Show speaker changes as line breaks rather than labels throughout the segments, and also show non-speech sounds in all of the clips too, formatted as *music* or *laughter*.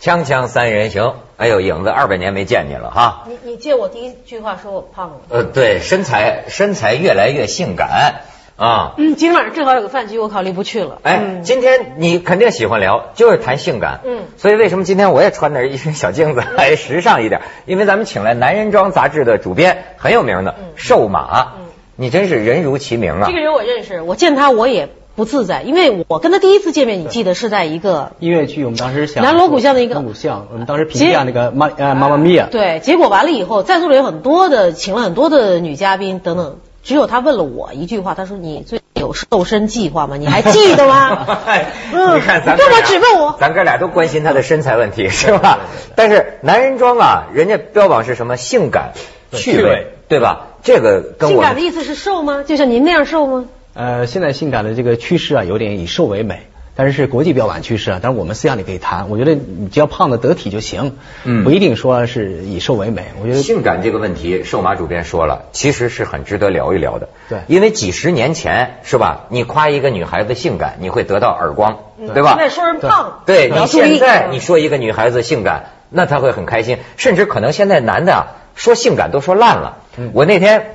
锵锵三人行，哎呦，影子二百年没见你了哈。
你你借我第一句话说我胖了。
呃，对，身材身材越来越性感啊。
嗯，今晚上正好有个饭局，我考虑不去了。
哎，今天你肯定喜欢聊，就是谈性感。
嗯
所以为什么今天我也穿点一身小镜子，还时尚一点？因为咱们请来《男人装》杂志的主编，很有名的
嗯
瘦马
嗯。
你真是人如其名啊
这！个人我认识，我见他我也不自在，因为我跟他第一次见面，你记得是在一个
音乐剧，我们当时想
南锣鼓巷的一个啊
南锣鼓巷，我们当时评
结
价那个妈呃妈妈咪呀，
对，结果完了以后，在座的有很多的，请了很多的女嘉宾等等，只有他问了我一句话，他说：“你最近有瘦身计划吗？你还记得
*laughs*
吗？”
哎
嗯
你看咱
你
哥
干嘛
俩
只问我？嗯
咱哥俩都关心他的身材问题是吧？但是男人装啊，人家标榜是什么性感、
对
趣
趣
味
味，
对吧？这个跟
性
我
感的
们
意思是瘦吗？就像您那样瘦吗？
呃，现在性感的这个趋势啊，有点以瘦为美，但是是国际标杆趋势啊。但是我们私下里可以谈，我觉得你只要胖的得体就行，
嗯
不一定说是以瘦为美。我觉得
性感这个问题，瘦马主编说了，其实是很值得聊一聊的。
对
因为几十年前是吧？你夸一个女孩子性感，你会得到耳光，对吧
现？在说人胖，
对
你要
你
注意嗯
现在你说一个女孩子性感，那她会很开心，甚至可能现在男的啊说性感都说烂了。
嗯
我那天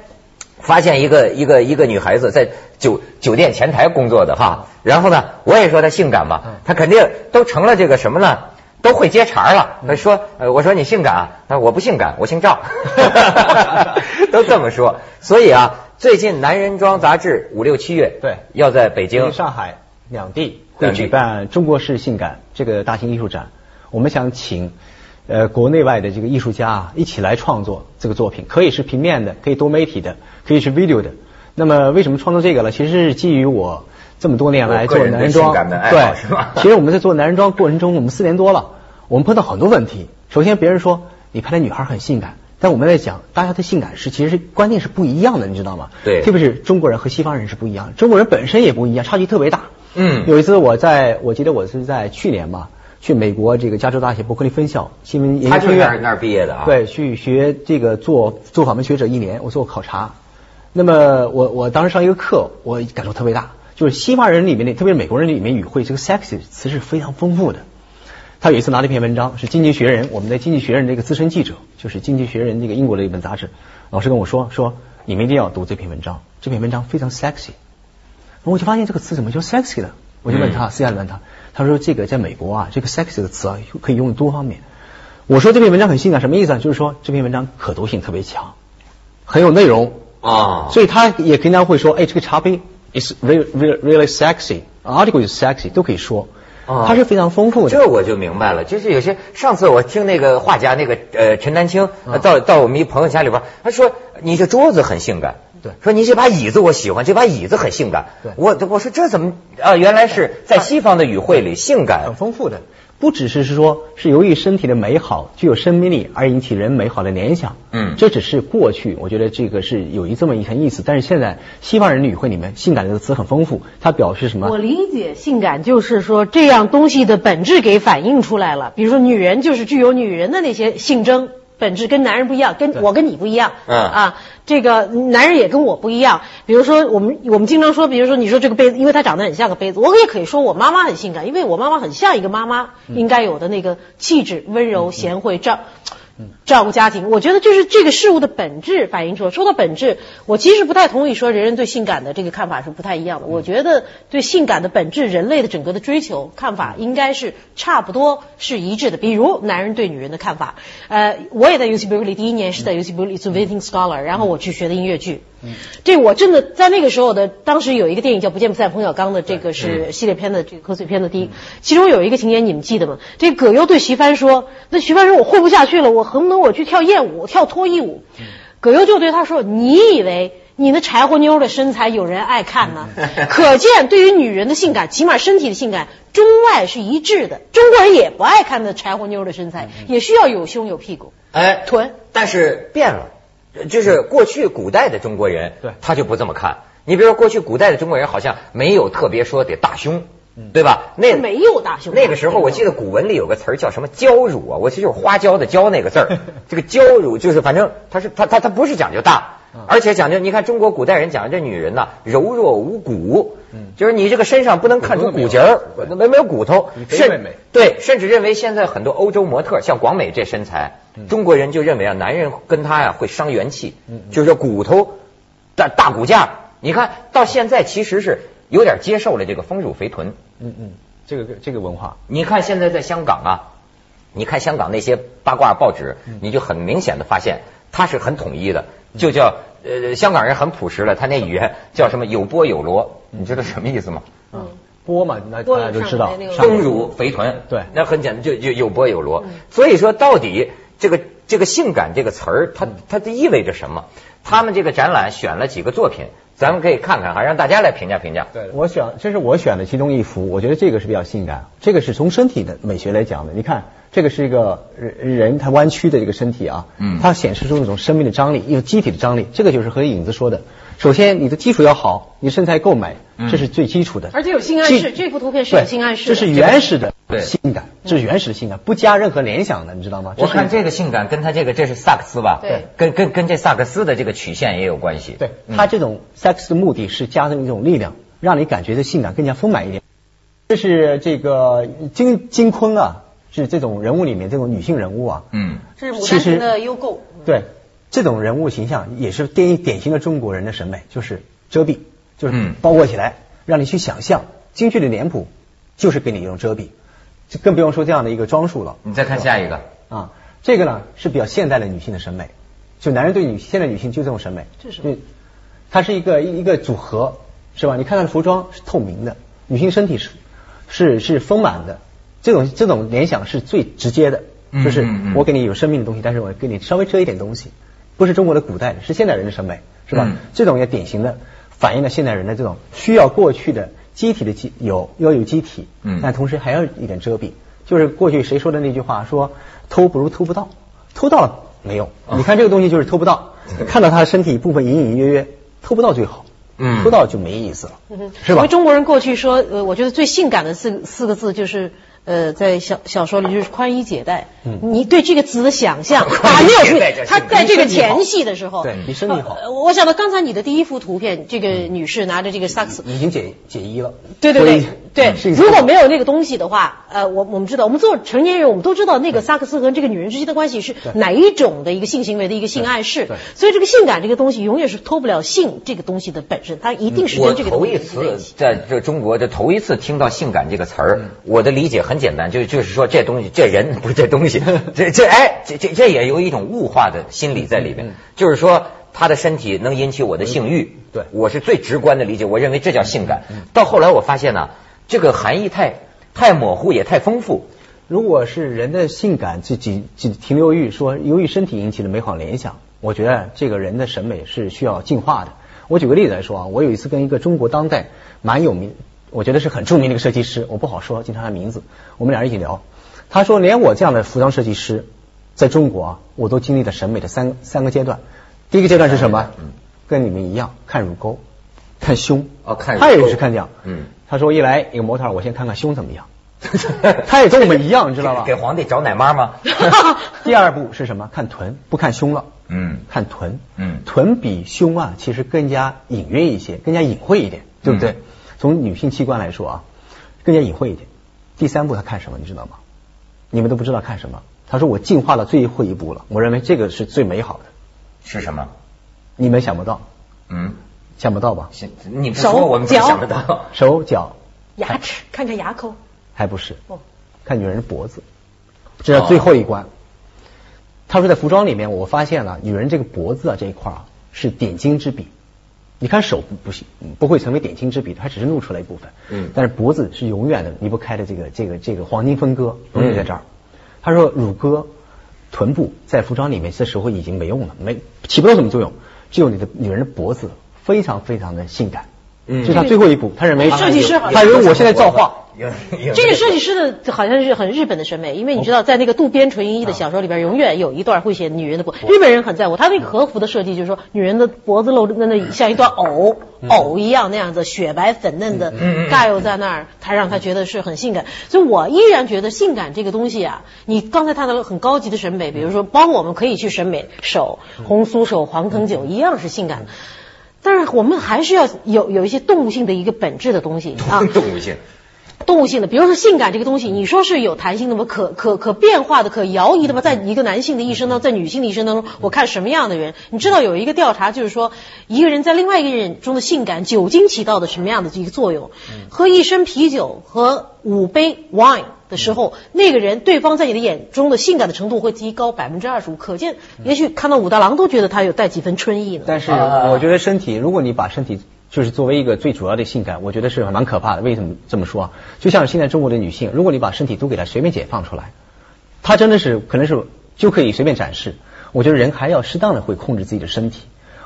发现一个一个一个女孩子在酒酒店前台工作的哈，然后呢，我也说她性感
嗯
嘛，她肯定都成了这个什么呢？都会接茬了，
嗯
她说，呃，我说你性感啊，她说我不性感，我姓
*laughs*
赵，都这么说。所以啊，最近《男人装》杂志五六七月
对
要在北京
跟上海两地
两
会
地
举办中国式性感这个大型艺术展，我们想请。呃，国内外的这个艺术家啊，一起来创作这个作品，可以是平面的，可以多媒体的，可以是 video 的。那么为什么创作这个呢？其实是基于我这么多年来做男人装，
我个人对性感的爱好
对，
是吧
*laughs* 其实我们在做男人装过程中，我们四年多了，我们碰到很多问题。首先，别人说你拍的女孩很性感，但我们在讲大家的性感是其实是观念是不一样的，你知道吗？
对
特别是中国人和西方人是不一样的，中国人本身也不一样，差距特别大。
嗯
有一次我在我记得我是在去年吧，去美国这个加州大学伯克利分校新闻研
他
究
就是
学
那儿
院
那儿毕业的啊
对，去学这个做做访问学者一年，我做考察。那么我我当时上一个课，我感受特别大，就是西方人里面的，特别是美国人里面语汇这个 sexy 词是非常丰富的。他有一次拿了一篇文章，是《经济学人》，我们的《经济学人》这个资深记者，就是《经济学人》这个英国的一本杂志，老师跟我说说你们一定要读这篇文章，这篇文章非常 sexy。我就发现这个词怎么叫 sexy 呢？我就问
嗯
他，私下里问他，他说这个在美国啊，这个 sexy 这个词啊可以用多方面。我说这篇文章很性感，什么意思啊？就是说这篇文章可读性特别强，很有内容，
啊，
所以他也经常会说，哎，这个茶杯 is really really really sexy，article is sexy 都可以说，
啊
它是非常丰富的。
这我就明白了，就是有些上次我听那个画家那个呃陈丹青、呃
嗯
到到我们一朋友家里边儿，他说你这桌子很性感，
对
说你这把椅子我喜欢，这把椅子很性感，
对哎
我我说这怎么啊、原来是在西方的语汇里性
很
感，
丰富的，不只是是说是由于身体的美好具有生命力而引起人美好的联想。
嗯
这只是过去，我觉得这个是有一这么一层意思，但是现在西方人的语汇里面，性感这个词很丰富，它表示什
我
么？
理解性感就是说这样东西的本质给反映出来了，比如说女人就是具有女人的那些性征。本质跟男人不一样，跟我跟你不一样，
嗯
啊，这个男人也跟我不一样。比如说，我们我们经常说，比如说你说这个杯子，因为它长得很像个杯子，我也可以说我妈妈很性感，因为我妈妈很像一个妈妈应该有的那个气质、温柔、贤惠、照照顾家庭。我觉得就是这个事物的本质反映出来。说到本质，我其实不太同意说人人对性感的这个看法是不太一样的。我觉得对性感的本质，人类的整个的追求看法应该是差不多是一致的。比如男人对女人的看法，呃，我也在 UC Berkeley 第一年是在 UC Berkeley 做 visiting scholar，然后我去学的音乐剧。这我真的在那个时候的，当时有一个电影叫《不见不散》，冯小刚的这个是系列片的这个贺岁片的第一，其中有一个情节你们记得吗？这葛优对徐帆说，那徐帆说我混不下去了，我恨不得我去跳艳舞，跳脱衣舞。葛优就对他说，你以为？你那柴火妞的身材有人爱看吗？可见对于女人的性感，起码身体的性感，中外是一致的。中国人也不爱看那柴火妞的身材，也需要有胸有屁股。
哎，
臀，
但是变了，就是过去古代的中国人，
嗯对
他就不这么看。你比如说过去古代的中国人好像没有特别说得大胸，
嗯
对吧？那
没有大胸
那个时候我记得古文里有个词儿叫什么娇
*laughs*
乳啊，我记得就是花椒的椒那个字儿。这个娇乳就是反正它是它它它不是讲究大，
嗯
而且讲究，你看中国古代人讲这女人呐、柔弱无骨，
嗯
就是你这个身上不能看出骨节儿
骨头，
没没有骨头
以，肥为
甚
美
对，甚至认为现在很多欧洲模特像广美这身材，
嗯
中国人就认为啊，男人跟她呀、会伤元气，
嗯
就是说骨头大大骨架。你看到现在其实是有点接受了这个丰乳肥臀，
嗯嗯，这个这个文化，
你看现在在香港啊，你看香港那些八卦报纸，你就很明显的发现它是很统一的，就叫呃香港人很朴实了，他那语言叫什么有波有罗，你知道什么意思吗？
嗯
波啊嘛，那大家就知道
波上面那个，
丰乳肥臀，
对
那很简单，就就有波有罗。所以说，到底这个这个性感这个词儿，它它意味着什么？他们这个展览选了几个作品，咱们可以看看哈，让大家来评价评价。
对，我选这是我选的其中一幅，我觉得这个是比较性感，这个是从身体的美学来讲的。你看，这个是一个人人他弯曲的这个身体啊，
嗯
它显示出一种生命的张力，一种机体的张力。这个就是和影子说的，首先你的基础要好，你身材够美，
嗯
这是最基础的。
而且有性暗示
这
这幅图片是有性暗示的嗯
对这是原始的
对
性感，这是原始的性感，不加任何联想的，你知道吗？
我
是
看这个性感跟他这个这是萨克斯吧？
对，
跟跟跟这萨克斯的这个曲线也有关系。
对
嗯
他这种 sex 的目的是加上一种力量，让你感觉这性感更加丰满一点。这是这个金金坤啊，是这种人物里面这种女性人物啊，
嗯，
这是牡
其
丹亭
实
的优嗯购，
对这种人物形象也是典典型的中国人的审美，就是遮蔽，就是
嗯
包裹起来，让你去想象京剧的脸谱，就是给你一种遮蔽，就更不用说这样的一个装束了。
你再看下一个，
啊，这个呢是比较现代的女性的审美，就男人对女现代女性就这种审美，
这是什么
就它是一个一一个组合，是吧？你看她的服装是透明的，女性身体是是是丰满的，这种这种联想是最直接的，
嗯
就是
嗯嗯
我给你有生命的东西，但是我给你稍微遮一点东西，不是中国的古代，是现代人的审美，是吧？
嗯
这种也典型的反映了现代人的这种需要过去的机体的机有要有机体，
嗯
但同时还要一点遮蔽，就是过去谁说的那句话，说偷不如偷不到，偷到了没用。
哦
你看这个东西就是偷不到，看到他的身体一部分隐隐约约，偷不到最好，
嗯
偷到就没意思了，嗯是
嗯因
吧
为？中国人过去说，呃，我觉得最性感的四四个字就是。呃，在小小说里就是宽衣解带，
嗯
你对这个词的想
*laughs*
象还没有
宽衣
出
解带这，
他
是
在这个
你身体好
前戏的时候，
对你身体好嗯
呃我我想到刚才你的第一幅图片，这个女士拿着这个萨克斯，
已经解解衣了，
对对
所以嗯
对对，
啊是一个
如果没有那个东西的话，呃，我我们知道，我们做成年人，我们都知道那个萨克斯和这个女人之间的关系是哪一种的一个性行为的一个性暗示
对对，
所以这个性感这个东西永远是脱不了性这个东西的本身，它一定是
嗯我
跟这个
头
东
一
西在
次
一起。
在这中国，这头一次听到“性感”这个词
嗯
儿，我的理解很简单，就就是说这东西，这人不是这东西， *laughs* 这这哎，这这这也有一种物化的心理在里
嗯
边，就是说他的身体能引起我的性欲，
对嗯
我是最直观的理解，我认为这叫性感。到后来我发现呢、这个含义太太模糊，也太丰富。
*laughs* 如果是人的性感去仅仅停留于说由于身体引起的美好联想，我觉得这个人的审美是需要进化的。我举个例子来说啊，我有一次跟一个中国当代蛮有名，我觉得是很著名的一个设计师，我不好说，经常他名字，我们俩人一起聊，他说连我这样的服装设计师，在中国啊，我都经历了审美的三三个阶段。第一个阶段是什么？
嗯
跟你们一样，看乳沟，看胸。
哦看乳沟
他也是看这样。
嗯
他说一来一个模特儿，我先看看胸怎么样。他也跟我们一样，你知道吧
给？皇帝找奶妈
*laughs*
吗？
第二步是什么？看臀，不看胸了。
嗯
看臀。
嗯
臀比胸啊，其实更加隐约一些，更加隐晦一点，对不对？
嗯
从女性器官来说啊，更加隐晦一点。第三步他看什么，你知道吗？你们都不知道看什么。他说我进化到最后一步了，我认为这个是最美好的，
是什么？
你们想不到，
嗯，
想不到吧？
是你不
手
说我们不
脚
想得 *laughs* 到。
手脚
牙齿，看看牙口，
还不是
哦，
看女人的脖子，这是最后一关。他说在服装里面，我发现了女人这个脖子啊这一块啊是点睛之笔。你看手不不行，不会成为点睛之笔，它只是露出来一部分。
嗯
但是脖子是永远的离不开的这个这个这个黄金分割，
嗯
永远在这儿。他说乳鸽、臀部在服装里面这时候已经没用了，没起不到什么作用，只有你的女人的脖子非常非常的性感。
嗯
这是他最后一步，他认为
设计师好像
他认为我现在造化，
这
*laughs*
个设计师的好像是很日本的审美，因为
哦
你知道，在那个渡边淳
啊
一的小说里边，永远有一段会写女人
哦
的脖。日本人很在乎，他那个和服的设计就是说，女人的脖子露在那
嗯
里像一段藕藕一样那样子，雪白粉
嗯
嫩的盖又在那儿，他让他觉得是很性感。所以我依然觉得性感这个东西啊，你刚才谈到了很高级的审美，比如说，包括我们可以去审美手
嗯
红酥手、黄藤酒一样是性感的。但是我们还是要有有一些动物性的一个本质的东西啊，
动物性。
动物性的，比如说性感这个东西，你说是有弹性的吗？可可可变化的、可摇移的吗？在一个男性的一生
嗯
当中，在女性的一生当中，我看什么样的人？你知道有一个调查，就是说一个人在另外一个人中的性感，酒精起到的什么样的一个作用？
嗯
喝一升啤酒和五杯 wine 的时候，那个人对方在你的眼中的性感的程度会提高百分之二十五，可见
嗯
也许看到武大郎都觉得他有带几分春意呢。
但是我觉得身体，如果你把身体就是作为一个最主要的性感，我觉得是蛮可怕的。为什么这么说啊？就像现在中国的女性，如果你把身体都给她随便解放出来，她真的是可能是就可以随便展示。我觉得人还要适当的会控制自己的身体。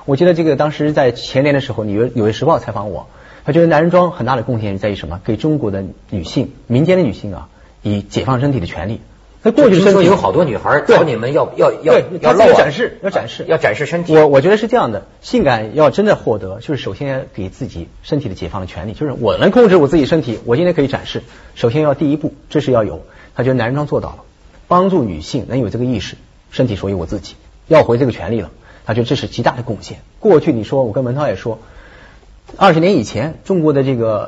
我记得这个当时在前年的时候，《纽约纽约时报》采访我，他觉得男人装很大的贡献在于什么？给中国的女性、民间的女性啊，以解放身体的权利。那过去的
听
身
说
体
有好多女孩
对
找你们要要要
对
要
她
露
自
啊
己展示要展示
要展示身体。
我我觉得是这样的，性感要真的获得，就是首先要给自己身体的解放的权利，就是我能控制我自己身体，我今天可以展示。首先要第一步，这是要有。他觉得男人装做到了，帮助女性能有这个意识，身体属于我自己，要回这个权利了。他觉得这是极大的贡献。过去你说，我跟文涛也说，二十年以前，中国的这个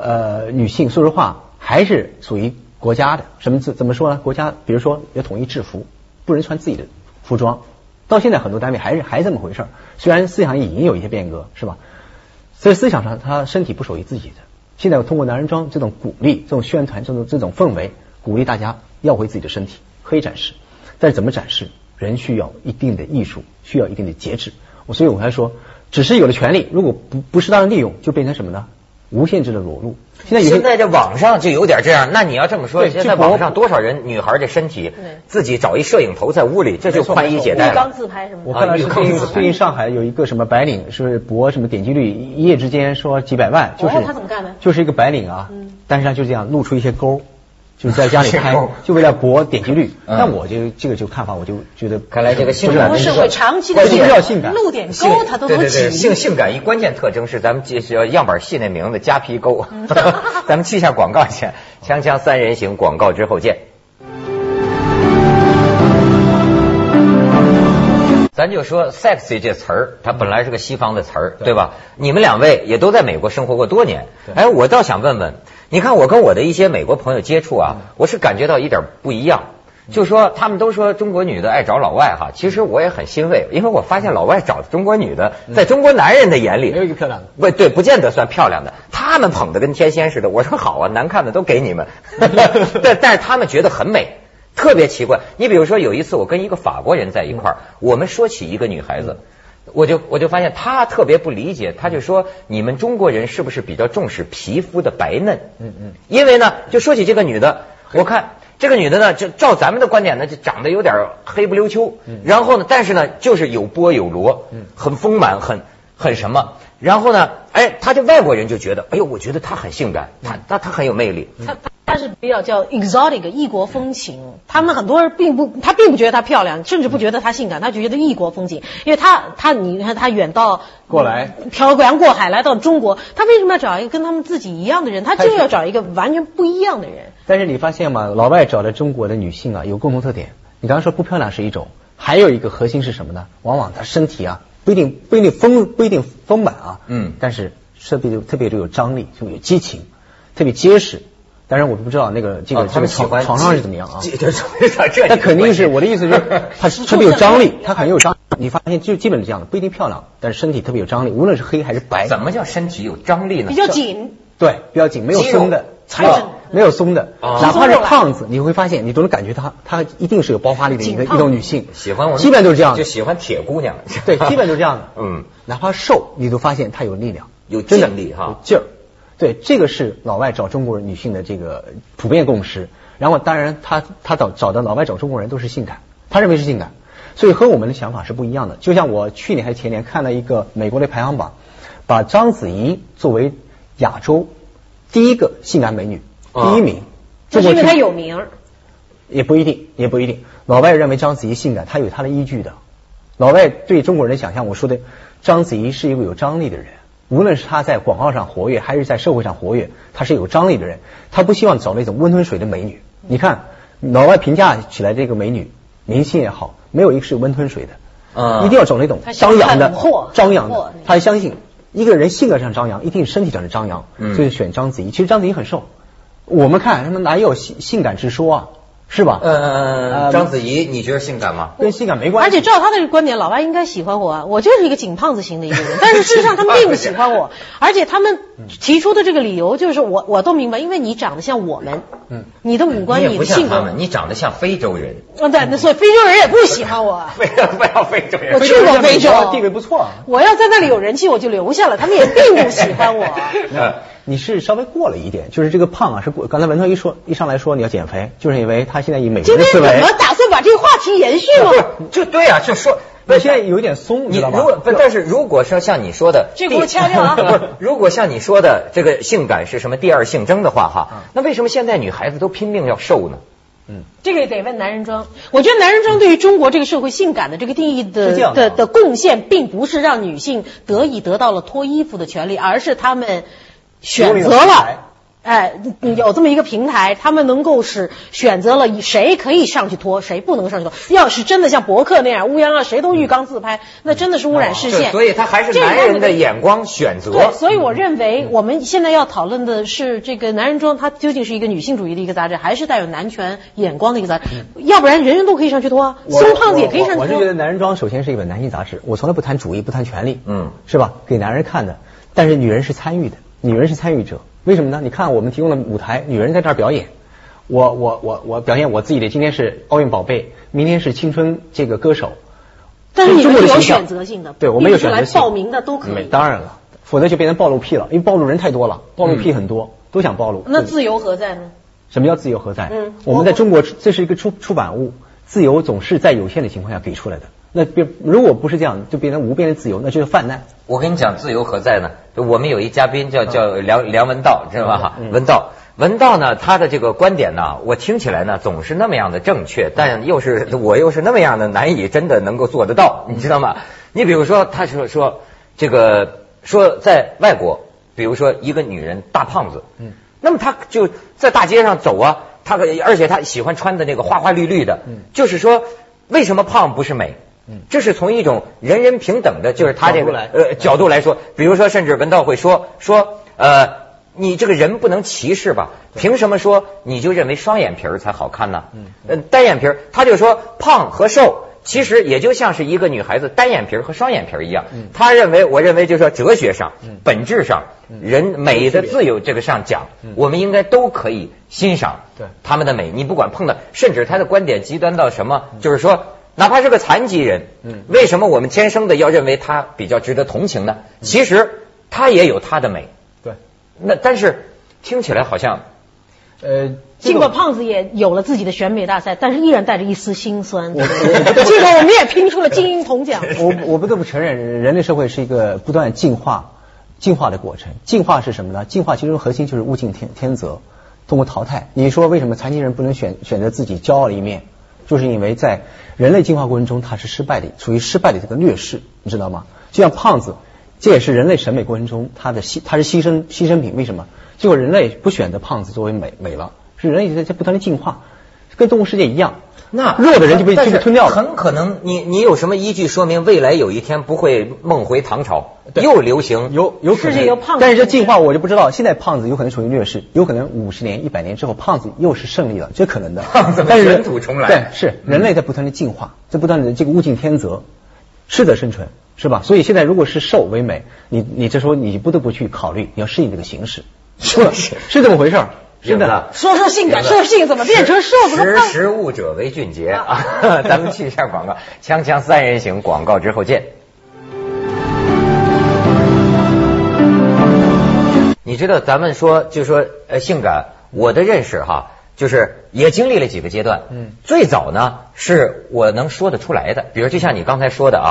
呃女性，说实话还是属于国家的。什么字怎么说呢？国家比如说要统一制服，不能穿自己的服装。到现在很多单位还是还这么回事儿，虽然思想已经有一些变革，是吧？在思想上，他身体不属于自己的。现在通过男人装这种鼓励、这种宣传、这种这种氛围，鼓励大家要回自己的身体，可以展示。但是怎么展示？人需要一定的艺术，需要一定的节制。我所以我才说，只是有了权利，如果不不适当的利用，就变成什么呢？无限制的裸露。现在有
现
些
在这网上就有点这样，那你要这么说，
对
现
去
在
博
网上多少人女孩这身体
对，
自己找一摄影头在屋里，这就
没错
宽衣解带
浴缸
了。
自拍什么的
我。看到是
啊
最
浴
近
缸
最近上海有一个什么白领，是博什么点击率，一夜之间说几百万，就是、
哦他怎么干的
就是一个白领啊，
嗯
但是他就这样露出一些沟，就是在家里
一些
拍
沟，
就为了博点击率。
嗯
但我就这个就看法，我就觉得
看来这个性
不是
感
不是
这个
我长期的
这个叫性感
露点沟，它都
对
能
对
起
对，性性感一关键特征是咱们介绍样板戏那名字夹皮
*laughs*
沟。 *laughs* 咱们去一下广告去，锵锵三人行广告之后见。咱就说 “sexy” 这词儿，它本来是个西方的词儿，对吧？你们两位也都在美国生活过多年，哎，我倒想问问，你看我跟我的一些美国朋友接触啊，
嗯
我是感觉到一点不一样，就说他们都说中国女的爱找老外哈，其实我也很欣慰，因为我发现老外找中国女的，在中国男人的眼里
嗯没有一个漂亮的。
不对，不见得算漂亮的，他们捧得跟天仙似的。我说好啊，难看的都给你们， *laughs* 但但是他们觉得很美，特别奇怪。你比如说有一次我跟一个法国人在一块儿，我们说起一个女孩子，我就我就发现他特别不理解，他就说你们中国人是不是比较重视皮肤的白嫩？
嗯嗯，
因为呢，就说起这个女的，我看这个女的呢，就照咱们的观点呢，就长得有点黑不溜秋，然后呢，但是呢，就是有波有罗，很丰满，很很什么。然后呢，哎，他这外国人就觉得，哎呦，我觉得她很性感，她她她很有魅力。
他他是比较叫 exotic 异国风情，他们很多人并不，他并不觉得她漂亮，甚至不觉得她性感，他觉得异国风情，因为他他你看他远到
过来
漂洋过海来到中国，他为什么要找一个跟他们自己一样的人？他就要找一个完全不一样的人。
但是你发现吗？老外找的中国的女性啊，有共同特点。你刚刚说不漂亮是一种，还有一个核心是什么呢？往往她身体啊不一定不一定丰不一定丰满啊，
嗯
但是特别就特别就有张力，就有激情，特别结实。当然我不知道那个这个、
啊他们
这
喜
个
欢
床床上是怎么样啊？
这这这这
那肯定是我的意思
*laughs*
是，它是特别有张力，它很有张力。你发现就基本是这样的，不一定漂亮，但是身体特别有张力，无论是黑还是白，
怎么叫身体有张力呢？
比较紧，
对，比较紧，没有
肌肉
松的，
才
没有
是
没有松的，
啊
哪怕是胖子，你会发现你都能感觉她，她一定是有爆发力的一个
紧胖
一种女性，
喜欢我
基本就是这样
就
的，
喜欢铁姑娘。
对，基本就是这样的，
*laughs* 嗯，
哪怕瘦，你都发现她有力量，
有
真的
劲力哈
有劲儿，对，这个是老外找中国人女性的这个普遍共识。然后当然他他找找的老外找中国人都是性感，他认为是性感，所以和我们的想法是不一样的。就像我去年还是前年看了一个美国的排行榜，把章子怡作为亚洲第一个性感美女，
啊
第一名。
就是
中国
因为
区
他有名儿，
也不一定，也不一定。老外认为章子怡性感，他有他的依据的。老外对中国人的想象，我说的，章子怡是一个有张力的人，无论是她在广告上活跃，还是在社会上活跃，她是有张力的人。她不希望找那种温吞水的美女。你看，老外评价起来这个美女，明星也好，没有一个是温吞水的。
嗯
一定要找那种
他喜欢
张扬的
看货、
张扬
货
的。他相信一个人性格上张扬，一定身体上是张扬，
嗯
所以选章子怡。其实章子怡很瘦，我们看什么哪有性性感之说啊，是吧？
呃，
呃
章子怡，你觉得性感吗？
跟性感没关
而
系。
且照他的观点，老外应该喜欢我啊，我就是一个紧胖子型的一个人。但是事实上他们并不喜欢我，而且他们提出的这个理由就是我我都明白，因为你长得像我们，
嗯
你的五
你
官、
也
你
不
的
像
性
他
格
们，，你长得像非洲
*laughs*
人，
嗯，对，那所以非洲人也不喜欢我啊。
不要不要非洲人
我。去过非洲
美国地位不错啊。
我要在那里有人气，我就留下了。他们也并不喜
*laughs*
欢我。啊
嗯
你是稍微过了一点，就是这个胖啊，是过。刚才文涛一说，一上来说你要减肥，就是因为他现在以美国
今
人的
天
思
怎
维，
么打算把这个话题延续吗？
不是就对啊，就说
那现在有一点松，
你
知道
如
吧？
果不，但是如果说像你说的，
这给
第
我掐掉啊
*laughs* 不是，如果像你说的这个性感是什么第二性征的话，哈
嗯，
那为什么现在女孩子都拼命要瘦呢？
嗯，
这个得问男人装。我觉得男人装对于中国这个社会性感的这个定义的
是这样的
的
啊
的贡献，并不是让女性得以得到了脱衣服的权利，而是他们选择
有了一个平台
了。哎，有这么一个平台，他们能够使选择了以谁可以上去脱，谁不能上去脱。要是真的像博客那样乌泱泱谁都浴缸自拍，那真的是污染视
是
线。
所以她还是
这个
男
让
人
你
的眼光选择
对，。所以我
嗯
认为我们现在要讨论的是这个《男人装》，它究竟是一个女性主义的一个杂志，还是带有男权眼光的一个杂志？要不然人人都可以上去脱啊，
嗯我
松胖子也可以上
我我
去
是觉
脱。
得《男人装》首先是一本男性杂志，我从来不谈主义，不谈权利，
嗯
是吧？给男人看的，但是女人是参与的，女人是参与者，为什么呢？你看我们提供的舞台，女人在这儿表演，我我我我表演我自己的，今天是奥运宝贝，明天是青春这个歌手，
但是你
中
们是
国的
有
形象
选择性的，
对我们有选择
并不是
性，
来报名的都可
没
以。
当然了，否则就变成暴露癖了，因为暴露人太多了，暴露癖很多，都想暴露。
嗯那
对
自由何在呢？
什么叫自由何在？
嗯
我们在中国这是一个出出版物，自由总是在有限的情况下给出来的。那别如果不是这样，就变成无边的自由，那就是泛滥。
我跟你讲，自由何在呢？就我们有一嘉宾叫叫梁梁文道，知道吧？
嗯
文道，文道呢，他的这个观点呢，我听起来呢总是那么样的正确，但又是 *laughs* 我又是那么样的难以真的能够做得到，
嗯
你知道吗？你比如说，他说说这个说在外国，比如说一个女人大胖子，
嗯
那么他就在大街上走啊，他而且他喜欢穿的那个花花绿绿的，
嗯
就是说为什么胖不是美？
嗯
这是从一种人人平等的，就是他这
角
个
度来
呃角度来说，比如说，甚至文道会说说呃，你这个人不能歧视吧？凭什么说你就认为双眼皮儿才好看呢？
嗯
嗯，单眼皮儿，他就说胖和瘦。其实也就像是一个女孩子单眼皮儿和双眼皮儿一样
嗯，
他认为，我认为就是说哲学上
嗯、
本质上，
嗯
人美的
有区别
自由这个上讲
嗯，
我们应该都可以欣赏
对
他们的美。你不管碰到，甚至他的观点极端到什么，就是说，哪怕是个残疾人，
嗯
为什么我们天生的要认为他比较值得同情呢？
嗯
其实他也有他的美，
对，
那但是听起来好像
呃，这
尽
个
管胖子也有了自己的选美大赛，但是依然带着一丝心酸。
我
这个我们也拼出了金鹰铜奖。
*laughs* 我我不得不承认，人类社会是一个不断进化、进化的过程。进化是什么呢？进化其中核心就是物竞天天择，通过淘汰。你说为什么残疾人不能选选择自己骄傲的一面？就是因为在人类进化过程中，它是失败的，处于失败的这个劣势，你知道吗？就像胖子，这也是人类审美过程中它的牺，它是牺牲牺牲品。为什么？结果人类不选择胖子作为美美了，是人类在在不断的进化，跟动物世界一样。
那
弱的人就被
但
就被吞掉了。
很可能你你有什么依据说明未来有一天不会梦回唐朝，
对
又流行
有有可
世界
能
有胖子
但是这进化我就不知道。现在胖子有可能处于劣势，有可能五十年、一百年之后胖子又是胜利了，这可能的。
*laughs* 胖子们
但是人
卷土重来嗯
对，是人类在不断的进化，在不断的这个物竞天择，适者生存，是吧？所以现在如果是瘦为美，你你这时候你不得不去考虑，你要适应这个形
*laughs*
势，是是这么回事儿，是
赢了
的。
说说性感，说说性怎么变成瘦，怎么
识
胖？
时务者为俊杰啊！ *laughs* 咱们去一下广告，锵锵三人行广告之后见。你知道咱们说就说呃性感，我的认识哈，就是也经历了几个阶段。
嗯
最早呢是我能说得出来的，比如就像你刚才说的啊，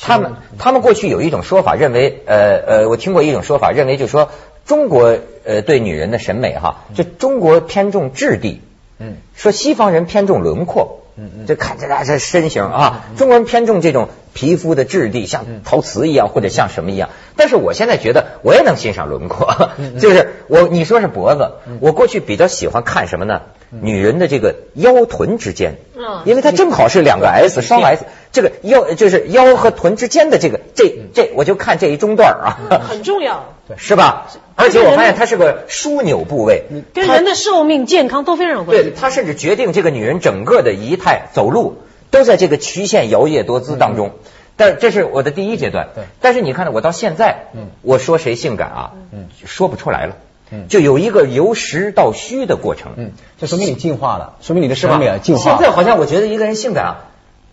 他们他们过去有一种说法，认为呃呃，我听过一种说法，认为就说中国呃对女人的审美哈，就中国偏重质地，
嗯，
说西方人偏重轮廓，
嗯嗯
这看着大这身形啊，中国人偏重这种皮肤的质地，像陶瓷一样或者像什么一样。但是我现在觉得我也能欣赏轮廓， *laughs* 就是我你说是脖子，我过去比较喜欢看什么呢？女人的这个腰臀之间，
嗯
因为它正好是啊两个 S 双 S，这个腰就是腰和臀之间的这个这这，我就看这一中段儿啊，
很重要，
*laughs* 是吧？而且嗯我发现它是个枢纽部位，
跟人的寿命、健康都非常有关
对
系。
它甚至决定这个女人整个的仪态、走路都在这个曲线摇曳多姿当中。但这是我的第一阶段。
嗯对
但是你看，我到现在，
嗯
我说谁性感啊，
嗯
说不出来了，
嗯
就有一个由实到虚的过程，
嗯，这说明你进化了，说明你的
是吧
审美啊进化
现
了。
在好像我觉得一个人性感啊，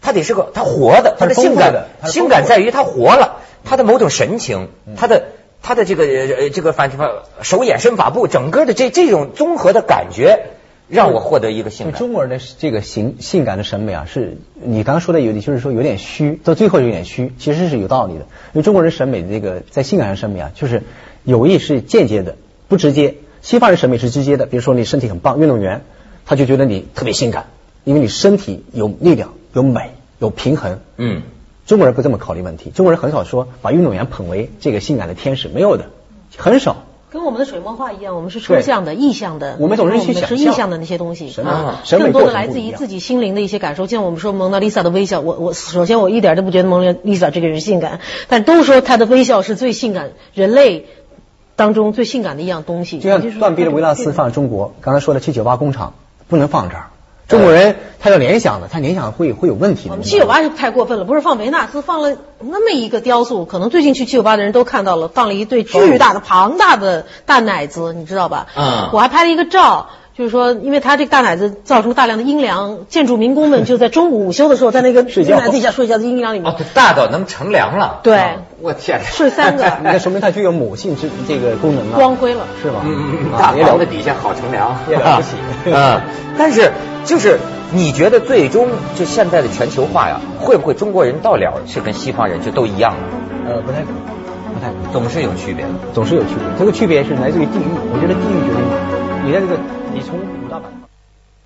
他得是个他活的，他的
他是
性
丰富
感
的嗯他是丰
性
富的
感在于他活了，他的某种神情，他的他的这个呃这个反正手眼身法步，整个的这这种综合的感觉，让我获得一个性
就
感。
中国人的这个性性感的审美啊，是你刚刚说的有点，就是说有点虚，到最后有点虚，其实是有道理的。因为中国人审美的这个在性感上审美啊，就是有意是间接的，不直接；西方人审美是直接的，比如说你身体很棒，运动员，他就觉得你特别性感，因为你身体有力量、有美、有平衡。
嗯。
中国人不这么考虑问题，中国人很少说把运动员捧为这个性感的天使，没有的，很少。
跟我们的水墨画一样，我们是抽象的、意象的，
我们总是去
然后我们
想
是意
象
象的那些东西
审美
啊，
审美
更多
过
的
程
来
不
自
一
于
样
自己心灵的一些感受。就像我们说蒙娜丽莎的微笑，我我首先我一点都不觉得蒙娜丽莎这个人性感，但都说她的微笑是最性感，人类当中最性感的一样东西。
就像
是
断臂的维纳斯放在中国，刚才说的七九八工厂不能放这儿。中国人他要联想的，他联想会会有问题
我
的。
们七九八是太过分了，不是放维纳斯，放了那么一个雕塑，可能最近去七九八的人都看到了，放了一对巨大的、庞大的大奶子，你知道吧？
嗯
我还拍了一个照。就是说，因为他这个大奶子造成大量的阴凉，建筑民工们就在中午午休的时候，在那个
睡觉
阴凉地下睡觉的阴凉里面
哦，它大到能乘凉了。
对
啊我天哪，
睡三个
你看，说明它具有母性之这个功能啊，
光辉了。
是
*laughs*
吧？
嗯嗯嗯，
啊
大
也了
房
不
子
起。
底下好乘凉，
也了
*laughs*
不起
啊，但是就是你觉得最终就现在的全球化呀，会不会中国人到了是跟西方人就都一样了？
呃，不太可能，不太可能，
总是有区别的。
总是有区别。这个区别是来自于地域，我觉得地域决定的。你在这个，你从五大板块。